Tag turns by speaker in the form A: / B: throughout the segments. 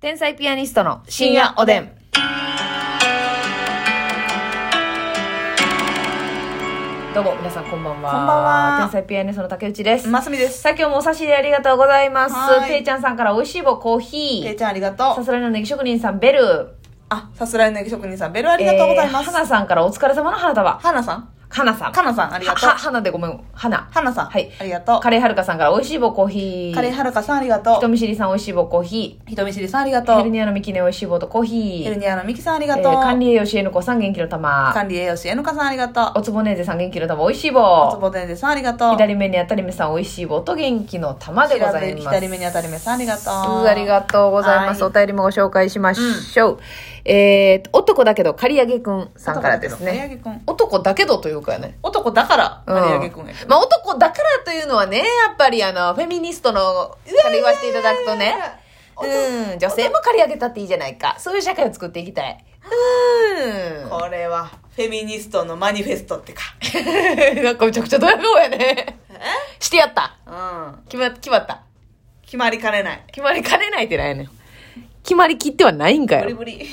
A: 天才ピアニストの深夜おでん。どうも、皆さんこんばんは。
B: こんばんは
A: 天才ピアニストの竹内です。
B: ますみです。
A: さあ、今日もお差し入れありがとうございます
B: は。ーい
A: ペイちゃんさんから美味しい棒コーヒ
B: けい
A: ー。
B: ちゃんありが
A: さ
B: とう。
A: すらいのネギ職人さん、ベル。
B: あ、さすらいのネギ職人さん、ベルありがとうございま
A: え
B: す。
A: ー花さんからお疲れ様の花束。
B: 花さん
A: 花さん。
B: かなさん、ありがとう
A: は。花でごめん。花。
B: 花さん、
A: はい
B: ありがとう。
A: カレーはるかさんから美味しい棒コーヒー。
B: カレーはるかさん、ありがと
A: 人
B: う。
A: 見知りさん美味しい棒コーヒー。
B: ひとみしりさん、ありがと
A: ヘル
B: う。
A: ニアのミキネ美味しい棒とコーヒー。
B: ヘルニアのみきさん、ありが
A: え
B: とう。
A: ー管理栄養士えぬこさん元気の玉
B: 管理栄養士、えのかさん、ありがとう。
A: おつぼねーぜさん元気の玉おいしい
B: おつ
A: 棒
B: ぼでんでさん、ありがとう。
A: 左目にあたり目さんおいしい棒と元気の玉でございます
B: 左目にあたり目さん、ありがとう。
A: うんありがとうございます。お
B: は
A: 便りもご紹介しましょう。えー、男だけど、刈り上げくんさんからです
B: 刈り上
A: ね。
B: げくん
A: 男だけどというかね。
B: 男だから、
A: うん
B: 刈り上げくんやけど。
A: まあ男だからというのはね、やっぱりあの、フェミニストの、から言わせていただくとね。うん、女性も刈り上げたっていいじゃないか。そういう社会を作っていきたい。うん。
B: これは、フェミニストのマニフェストってか。
A: なんかめちゃくちゃドヤ顔やね。してやった。
B: うん。
A: 決ま、決まった。
B: 決まりかねない。
A: 決まりかねないってないねん。決まりきってはないんか
B: ブリ
A: よ。
B: ブリ。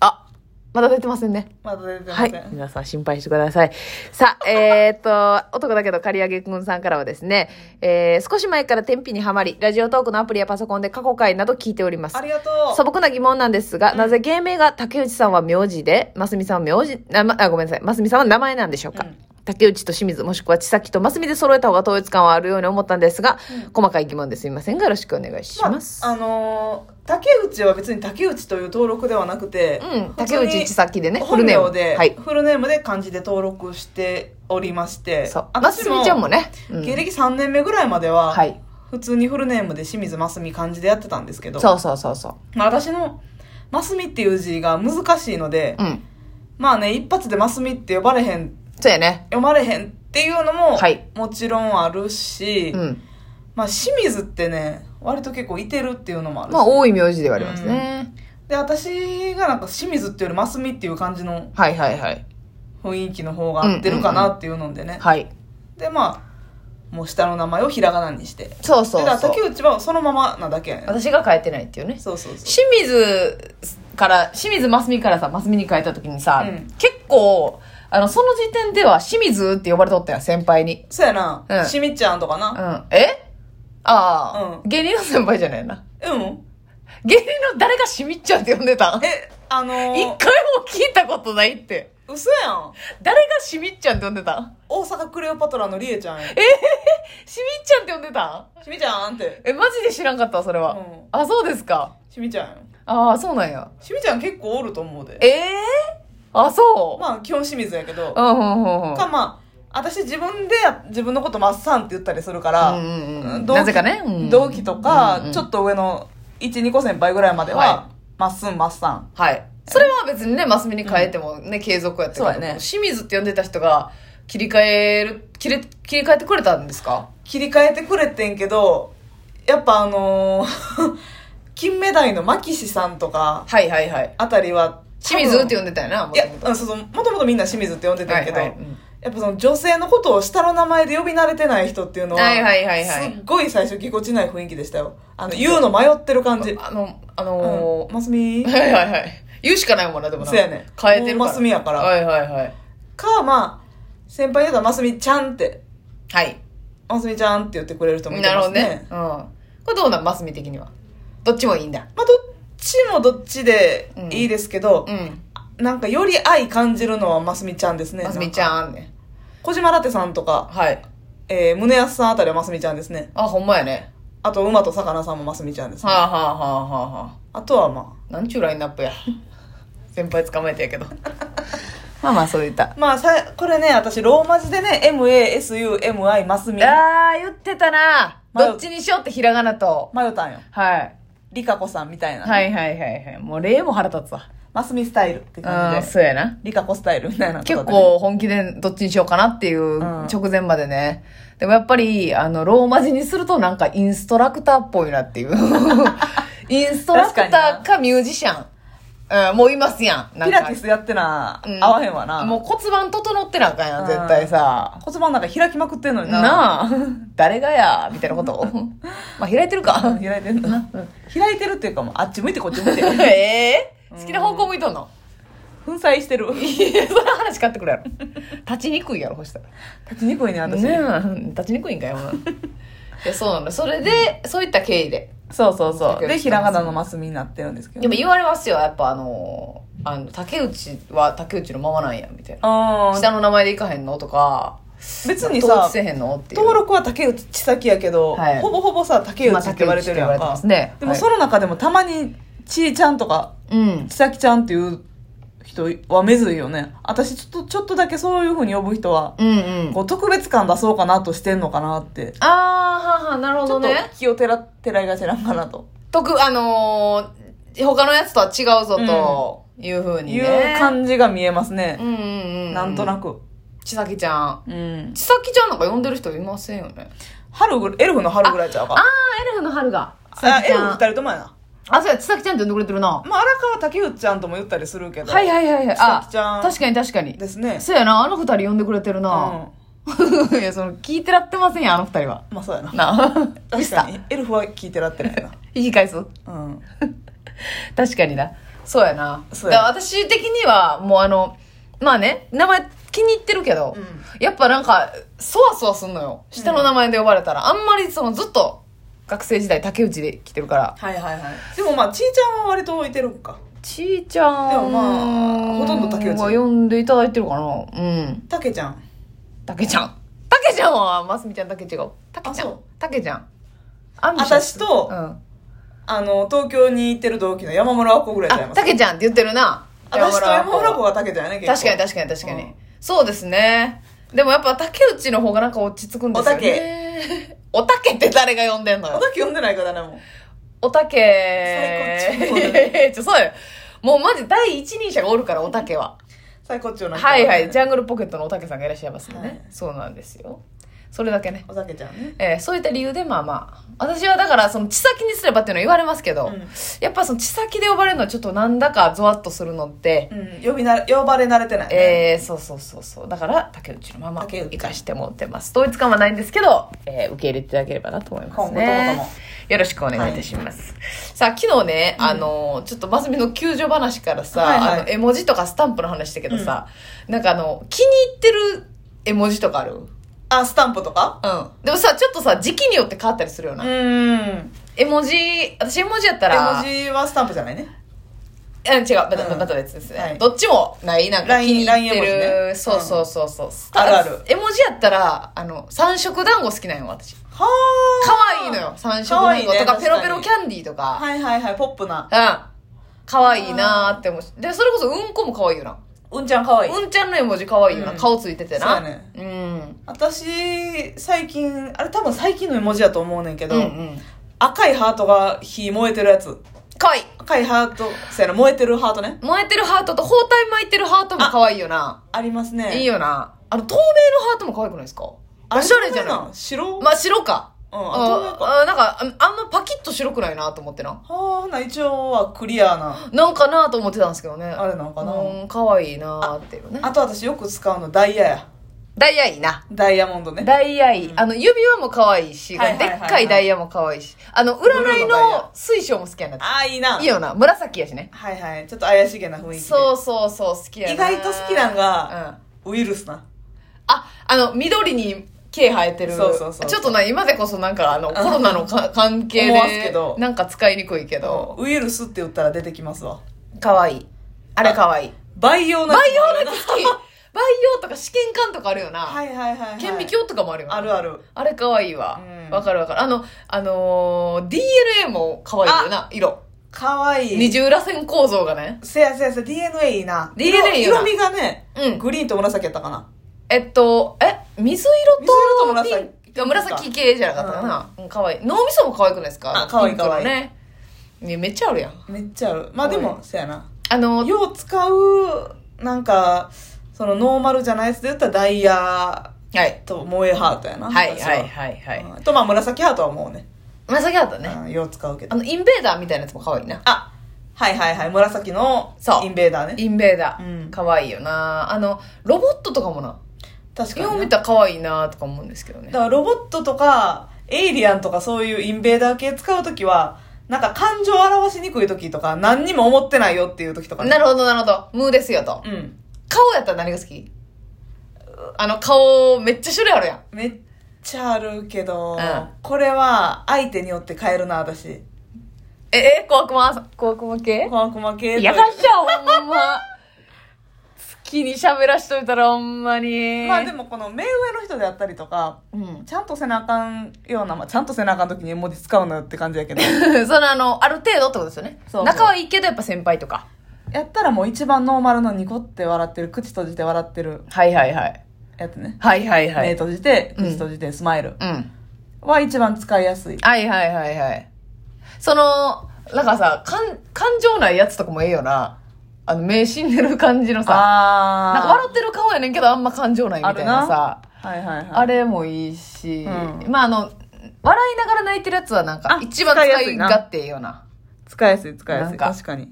A: あ、まだ出てませんね。
B: まだ出てま
A: は
B: せん。
A: い。皆さん心配してください。さあ、えー、っと、男だけど刈り上げくんさんからはですね、えー、少し前から天日にはまり、ラジオトークのアプリやパソコンで過去回など聞いております
B: あ。りがとう。
A: 素朴な疑問なんですが、なぜ芸名が竹内さんは名字で、ますみさんは名字、あ、まあごめんなさい、ますみさんは名前なんでしょうか、
B: うん
A: 竹内と清水もしくは千崎とますみで揃えた方が統一感はあるように思ったんですが、細かい疑問ですみませんがよろしくお願いします。
B: あ、あのー竹内は別に竹内という登録ではなくて、
A: うん、
B: 普
A: 竹
B: 通に
A: 内千崎でね、フル
B: 本
A: ネー
B: 名
A: ム
B: で、
A: はい。
B: フルネームで漢字で登録しておりまして
A: そう。ま
B: 私
A: すみちゃんもね、うん
B: 芸歴3年目ぐらいまでは、
A: はい。
B: 普通にフルネームで清水ますみ漢字でやってたんですけど、
A: そうそうそうそ
B: まあ、私のますみっていう字が難しいので、
A: う。うん。
B: まあね、一発でますみって呼ばれへん、
A: そうやね。
B: 読まれへんっていうのも、
A: はい
B: もちろんあるし、
A: うん。
B: まあ清水ってね、割と結構いてるっていうのもあるし
A: まあ、多い名字ではありますね。
B: で私がなんか清水っていうよりますみっていう感じの
A: はいはいはい。
B: 雰囲気の方が合ってるかなっていうのでね、
A: はい。
B: でまあもう下の名前をひらがなにして
A: そうそう
B: でだか
A: そ
B: ら
A: う
B: 竹。内はそのままなだけやね
A: 私が変えてないっていうね。
B: そうそうそ
A: 清水から清水真澄からさ真澄に変えた時にさ、
B: うん
A: 結構あのその時点では清水って呼ばれとったやん先輩に、
B: うそうやな、
A: うん
B: しみちゃんとか
A: うん
B: な、、
A: えああ、
B: う
A: 芸人の先輩じゃないな
B: うん、
A: 芸人の誰がしみっちゃんって呼んでたん一
B: えあの
A: 回
B: ー
A: も、聞いたことないって
B: 嘘やん
A: 誰がしみっちゃんって呼んでたん
B: 大阪クレオパトラのりえちゃんや
A: しみっちゃんって呼んでたん
B: しみちゃんって
A: えマジで知らんかったわそれは、
B: うん
A: あそうですか
B: しみちゃんやん
A: ああそうなんや
B: しみちゃん結構おると思うで
A: ええあそう、
B: まあ基本清水やけど、
A: うんうんうんうん
B: かまあ私自分でや自分のことまっさんって言ったりするから、
A: うんうんうん
B: 同期
A: なぜかねうん
B: 同期とか、
A: うんうん
B: ちょっと上の12個先輩ぐらいまでは、
A: は
B: まっすんまっさん
A: はい。それは別にね、マスミに変えてもね、継続やったけど、
B: そうやね
A: 清水って呼んでた人が切り替える、切れ、切り替えてくれたんですか
B: 切り替えてくれてんけどやっぱあのー 金目鯛の牧師さんとか
A: はいはいはい。
B: あたりは
A: 清水って呼
B: 呼んで
A: んでたよな、も
B: いやうんそうそうもともとみんな清水って呼んでたんやけど、
A: はいはいうん
B: やっぱその女性のことを下の名前で呼び慣れてない人っていうのは,、
A: はいはいはいはい
B: すっごい最初ぎこちない雰囲気でしたよあの言うの迷ってる感じ
A: あの、あ
B: 「う
A: の
B: んます
A: ー、」
B: み
A: はいはいはい。言うしかないもんな、でもな。
B: そうやね
A: 変えてる
B: もうマスミやから
A: はいはいはい。
B: かまあ先輩だったら「ますみちゃん」って
A: はい。
B: 「ますみちゃん」って言ってくれる人もいて
A: なる
B: ま
A: ほ
B: す
A: ど
B: ね
A: ね。うん。これどうなんマスミ的には。どっちもいいんだ。
B: まあどっちもどっちでいいですけど
A: う、ん。
B: なんかより愛感じるのはますみちゃんですね
A: マスミち
B: なんか
A: ゃんね。
B: 小島ラテさんとか、
A: はい。
B: えー、宗安さんあたりはますみちゃんですね
A: あ、ほんまやね。
B: あと馬と魚さんもますみちゃんです、ね
A: はあはあはあはあはあ。
B: あとはま
A: なんちゅうラインナップや 先輩捕まえてやけど まあまあそういった
B: あまあさこれね私ローマ字でね MASUMI ますみ迷
A: あー言ってたな
B: まあ
A: どっちにしようってひらがなと、
B: ったんよ
A: はい、
B: リカ子さんみたいな、
A: はいはいはいはいもう例も腹立つわ
B: ますみスタイルって感
A: うん
B: じで
A: そうやな
B: リカ子スタイルみたいなとこ
A: 結
B: ろで
A: 構本気でどっちにしようかなっていう直前までね、でもやっぱりあのローマ字にするとなんかイン ストラクターっぽいなっていうインストラクターかミュージシャンうん、もういますやん。なん
B: ピ
A: か
B: ラティスやってな、
A: うん
B: 合わへんわな。
A: もう骨盤整ってなんかんやん、絶対さ。
B: 骨盤なんか開きまくってんのにな。
A: なあ、誰がや、みたいな こと。まあ、開いてるか。
B: 開いてんの、開いてるっていうかもう、あっち向いてこっち向 いて。粉
A: ええ好きな方向向いとんの。
B: 砕してる。
A: いや、その話買ってくるやろ。立ちにくいやろ、ほしたら。
B: 立ちにくいね、私。
A: ね え、立ちにくいんかよ。ほな いや、そうなんだ。それで、そういった経緯で。
B: そうそうそう。
A: 竹
B: で、
A: 内
B: ひらがなのマスミになってるんですけど。
A: でも言われますよ、やっぱあの、あの、竹内は竹内のままなんや、みたいな。
B: あー
A: 下の名前でいかへんのとか、
B: 別に
A: 統
B: さ
A: 一、せへんのっていう。
B: 登録は竹内千咲やけど、
A: はい
B: ほぼほぼさ、竹内
A: まあ
B: って言われてるやん
A: 竹内
B: か
A: って。言われてますね
B: でも、
A: はい
B: その中でもたまに、ちーちゃんとか、
A: うん。
B: ちさきちゃんっていう人はめずいよね。私ちょっと、ちょっとだけそういう風に呼ぶ人は、
A: うんうん。
B: こう特別感出そうかなとしてんのかなって。
A: ああ、はは、なるほ
B: ちょ
A: ど
B: っと
A: ね。
B: 気をてら、てらいがちなんかなと。
A: 特、あのー他のやつとは違うぞと、いうふうに
B: い
A: ね。
B: う感じが見えますね
A: う。んうんうん。
B: なんとなく。
A: く。ちさきちゃん。
B: うん。
A: ちさきちゃんなんか呼んでる人いませんよね。
B: 春ぐらい、エルフの春ぐらいちゃう
A: ああ
B: か。、
A: エルフの春が。
B: あ、エルフ二
A: あ、
B: 人ともやな。
A: そうや、ちさきちゃんって呼んでくれてるな。
B: まあ、荒川竹内ちゃんとも言ったりするけど。
A: はいはいはいはい。
B: ちさきちゃん
A: あ、確かに確かに。
B: ですね。
A: そうやな、あの二人呼んでくれてる
B: うん。
A: な。 いや、その、聞いてらってませんやん、あの二人は。
B: まあ、そうやな。
A: なあ、ミ
B: 確
A: ス
B: か
A: タ
B: に。エルフは聞いてらってるや
A: 言い返す
B: な。 うん。
A: 確かにな。そうやな。
B: そうや
A: だから私的には、もうあの、まあね、名前気に入ってるけど、
B: うん
A: やっぱなんか、そわそわすんのよ。下の名前で呼ばれたら。あんまりその、ずっと、学生時代竹内で来てるから。
B: はいはいはい。でもまあ、ちーちゃんは割と置いてるか。
A: ちーちゃん
B: でもまあほとんど竹内
A: は呼んでいただいてるかな。うん。
B: たけちゃん。
A: 竹ちゃん。竹ちゃんは、ますみちゃんだけ違う。竹
B: あ
A: ちゃ。
B: そうん
A: 竹ちゃん。あ
B: 私と
A: うん。
B: あの、東京に行ってる同期の山村和子ぐらいちゃい
A: あ、
B: ます。
A: 竹ちゃんって言ってるな。
B: 私と山村和子
A: は
B: が竹ちゃんやね、結構
A: 確かに確かに確かに、
B: うん
A: そうですねでもやっぱ竹内の方がなんか落ち着くんですよねおたけって誰が呼んでんのよ
B: おたけ呼んでないからね、もう。
A: おたけ
B: 最高っちゅうこと で
A: ちょそうよもうマジ第一人者がおるからおたけは
B: 最高潮の人
A: はいはいジャングルポケットのおたけさんがいらっしゃいますよね、
B: はい
A: そうなんですよそれだけね
B: おたけちゃんね。
A: えーそういった理由でまあまあ私はだからその地先にすればっていうのは言われますけど、
B: うん
A: やっぱその地先で呼ばれるのはちょっとなんだかゾワッとするのって、
B: うん、呼びな、呼ばれ慣れてない、ね。
A: えー、そうそうそうそうだから竹内のまま
B: 竹内
A: 生かしてもってます統一感はないんですけど、えー受け入れていただければなと思いますね
B: 今後ともとも
A: よろしくお願いいたします、さあ昨日ね、あのちょっとますみの救助話からさ、
B: はいはい
A: あの絵文字とかスタンプの話したけどさ、なんかあの気に入ってる絵文字とかあるうん
B: あ、スタンプとか
A: でもさちょっとさ時期によって変わったりするよ
B: う
A: な、
B: ーん。
A: 絵文字私絵文字やった
B: 絵
A: ら
B: 文字はスタンプじゃないね。
A: うん、違う、ま
B: う
A: た、
B: ん
A: また別ですね、
B: はい
A: どっちもない、なんか
B: LINE
A: 気に入って
B: LINE 絵文字
A: る。
B: ね
A: そうそうそうそう。
B: あるある
A: 絵文字やったら、あの、三色団子好きなんよ、私。
B: はあ。
A: 可愛いのよ、三色
B: 可
A: 団
B: 愛い
A: 子
B: ね
A: とか、
B: 確
A: ペ
B: かに
A: ロペロキャンディーとか。
B: はいはいはい、ポップな。
A: うん。可愛いなーって思うし。で、それこそ、うんこも可愛いよな。
B: うんちゃんかわいい。
A: うんちゃんの絵文字可愛いよな、
B: うん
A: 顔ついててな。
B: そうやね
A: うん。
B: 私、最近、あれ多分最近の絵文字やと思うねんけ
A: う
B: ど、
A: んうん。
B: 赤いハートが火燃えてるやつ。
A: 可愛い。
B: 赤いハート、そうやな、燃えてるハートね。
A: 燃えてるハートと包帯巻いてるハートも可愛いよな。
B: ありますね。
A: いいよな。あの、透明のハートも可愛くないですか
B: あ
A: おしゃれじゃない
B: ん白
A: まあ白か。
B: うん
A: あ
B: あ透明か
A: あなんか、ああんまパキッと白くないなと思ってな。
B: はあほな一応はクリアな
A: なんかなと思ってたんですけどね。
B: あれなんかな
A: うん、かわいいなっていうね。
B: あと私よく使うのダイヤや
A: ダイヤいいな。
B: ダイヤモンドね
A: ダイヤいい。あの、指輪も可愛いし、
B: はいはいはいはい
A: でっかいダイヤも可愛いし、あの、
B: ルーのダ
A: 占
B: イ
A: い
B: ヤ
A: の水晶も好きやな。
B: ああいいない
A: いよな。紫やしね。
B: はいはいちょっと怪しげな雰囲気で
A: そうそうそう、好きやな。
B: 意外と好きなんが
A: うん。
B: ウイルスな
A: あ、あの、緑に毛生えてる。
B: そうそうそう
A: ちょっとな、今でこそなんか、あの、コロナのか関係
B: 思わす
A: で、
B: けど
A: なんか使いにくいけど、
B: ウイルスって言ったら出てきますわ
A: 可愛い。あれ可愛い。
B: 培養な
A: 培養の好き培養とか試験管とかあるよな、
B: はいはいはいはい
A: 顕微鏡とかもあるよな
B: あるある
A: あれかわいいわ
B: うん
A: わ、かるわかるあのあのー DNA もかわいいよな色
B: かわい
A: 二
B: い
A: 重らせん構造がね
B: せやせやせや DNA いいな
A: DNA いい
B: 色
A: よな
B: 色味がね
A: うん
B: グリーンと紫やったかな
A: えっとえ水
B: 水色
A: 色と
B: と紫
A: ピンク紫系じゃなかったかな、うん、かわいい脳みそもかわいくないですか
B: あ可愛い
A: ピンクの
B: 可愛
A: ねねめっちゃあるやん
B: めっちゃあるまあでもせやな
A: あの
B: よう使うなんかそのノーマルじゃないやつで言ったらダイヤ
A: はい
B: と萌えハートやな
A: はい
B: 私
A: はいはいはい
B: うんとまあ紫ハートはもうね、
A: 紫だったね、
B: うんよう使うけ
A: あ
B: ど
A: のインベーダーみたいなやつもかわいいな
B: あはいはいはい。紫の
A: そう
B: インベーダーね。
A: インベーダー。
B: うん
A: 可愛いよなあの、ロボットとかもな。
B: 確かに
A: よ
B: な、
A: う見たら可愛いなとか思うんですけどね
B: だ。からロボットとか、エイリアンとかそういうインベーダー系使うときは、なんか感情を表しにくいときとか、何にも思ってないよっていうときとかね。
A: なるほど、なるほど。ムーですよと。
B: うん。
A: 顔やったら何が好きあの顔、めっちゃ種類あるやん。
B: めっちゃあるけ
A: う
B: ど、
A: ん
B: これは相手によって変えるな、私。
A: え、え、小悪魔、小悪魔系
B: コマコマ系という
A: やかしちゃう、ほんま。好きに喋らしといたらほんまに。
B: まあでもこの目上の人であったりとか、
A: うん。
B: ちゃんとせなあかんような、まあ、ちゃんとせなあかんときに絵文字使うのよって感じ やけど。
A: そのあの、ある程度ってことですよね。
B: そうそう
A: 仲はいいけどやっぱ先輩とか。
B: やったらもう一番ノーマルのニコって笑ってる、口閉じて笑ってる
A: はいはいはい。
B: やつね。
A: はいはいは
B: 目
A: い。
B: 閉じて、
A: うん
B: 口閉じて、スマイル
A: うん。
B: は一番使いやすい。
A: はいはいはいはい。その、なんかさ、感、感情ないやつとかもええよな。あの、目死んでる感じのさ。
B: あー
A: なんか笑ってる顔やねんけどあんま感情ないみたいなさ。
B: はいはいはい。
A: あれもいいし、
B: う
A: まああの、笑いながら泣いてるやつはなんか
B: あ
A: 一番使い勝手ええよな。
B: 使いやすい使いや
A: な
B: す
A: ん
B: い。
A: か
B: 確かに。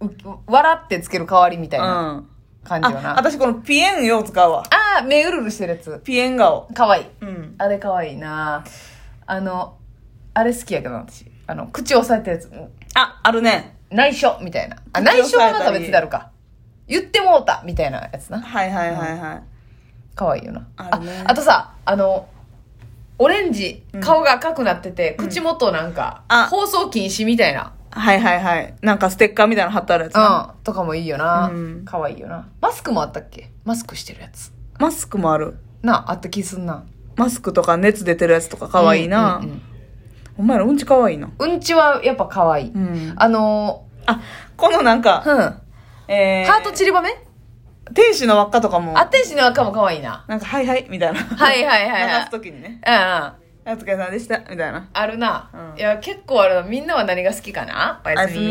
B: うん。
A: う笑ってつける代わりみたいな
B: あ、
A: 感じよな。あ
B: 私このピエンよう使うわ。
A: あー、目うるうるしてるやつ。
B: ピエン顔。
A: かわいい。
B: うん。
A: あれかわいいなあの、あれ好きやけどな私。あの、口押さえたやつ。
B: あ、あるね。
A: 内緒みたいな。あ、
B: 口
A: 内
B: 押さえたり
A: 緒はまた別であるか。言ってもうたみたいなやつな。
B: はいはいはいはい。
A: かわいいよな。
B: あるね
A: あとさ、あの、オレンジ
B: う、ん
A: 顔が赤くなってて、口元なんか、
B: あ
A: 放送禁止みたいな、
B: はいはいはい。なんかステッカーみたいなの貼ってあるやつな。
A: うん、とかもいいよな
B: うん。
A: かわいいよな。マスクもあったっけマスクしてるやつ。
B: マスクもある。
A: なあ、あった気すんな。
B: マスクとか熱出てるやつとか可愛いな
A: うん。うん
B: お前らうんち可愛いな。
A: うんうんちはやっぱ可愛い。
B: ん。
A: あの
B: あ、このなんか
A: ー、、うん。
B: えー、
A: ハート散りばめ
B: 天使の輪っかとかも、
A: あ天使の赤も可愛いな。
B: なんか、はいはい、みたいな。
A: はいはいはいはい
B: 流すときにね。
A: うんうん。
B: お疲れ様でした、みたいな。
A: あるな。
B: うん
A: いや、結構あるな。みんなは何が好きかなおやすみ。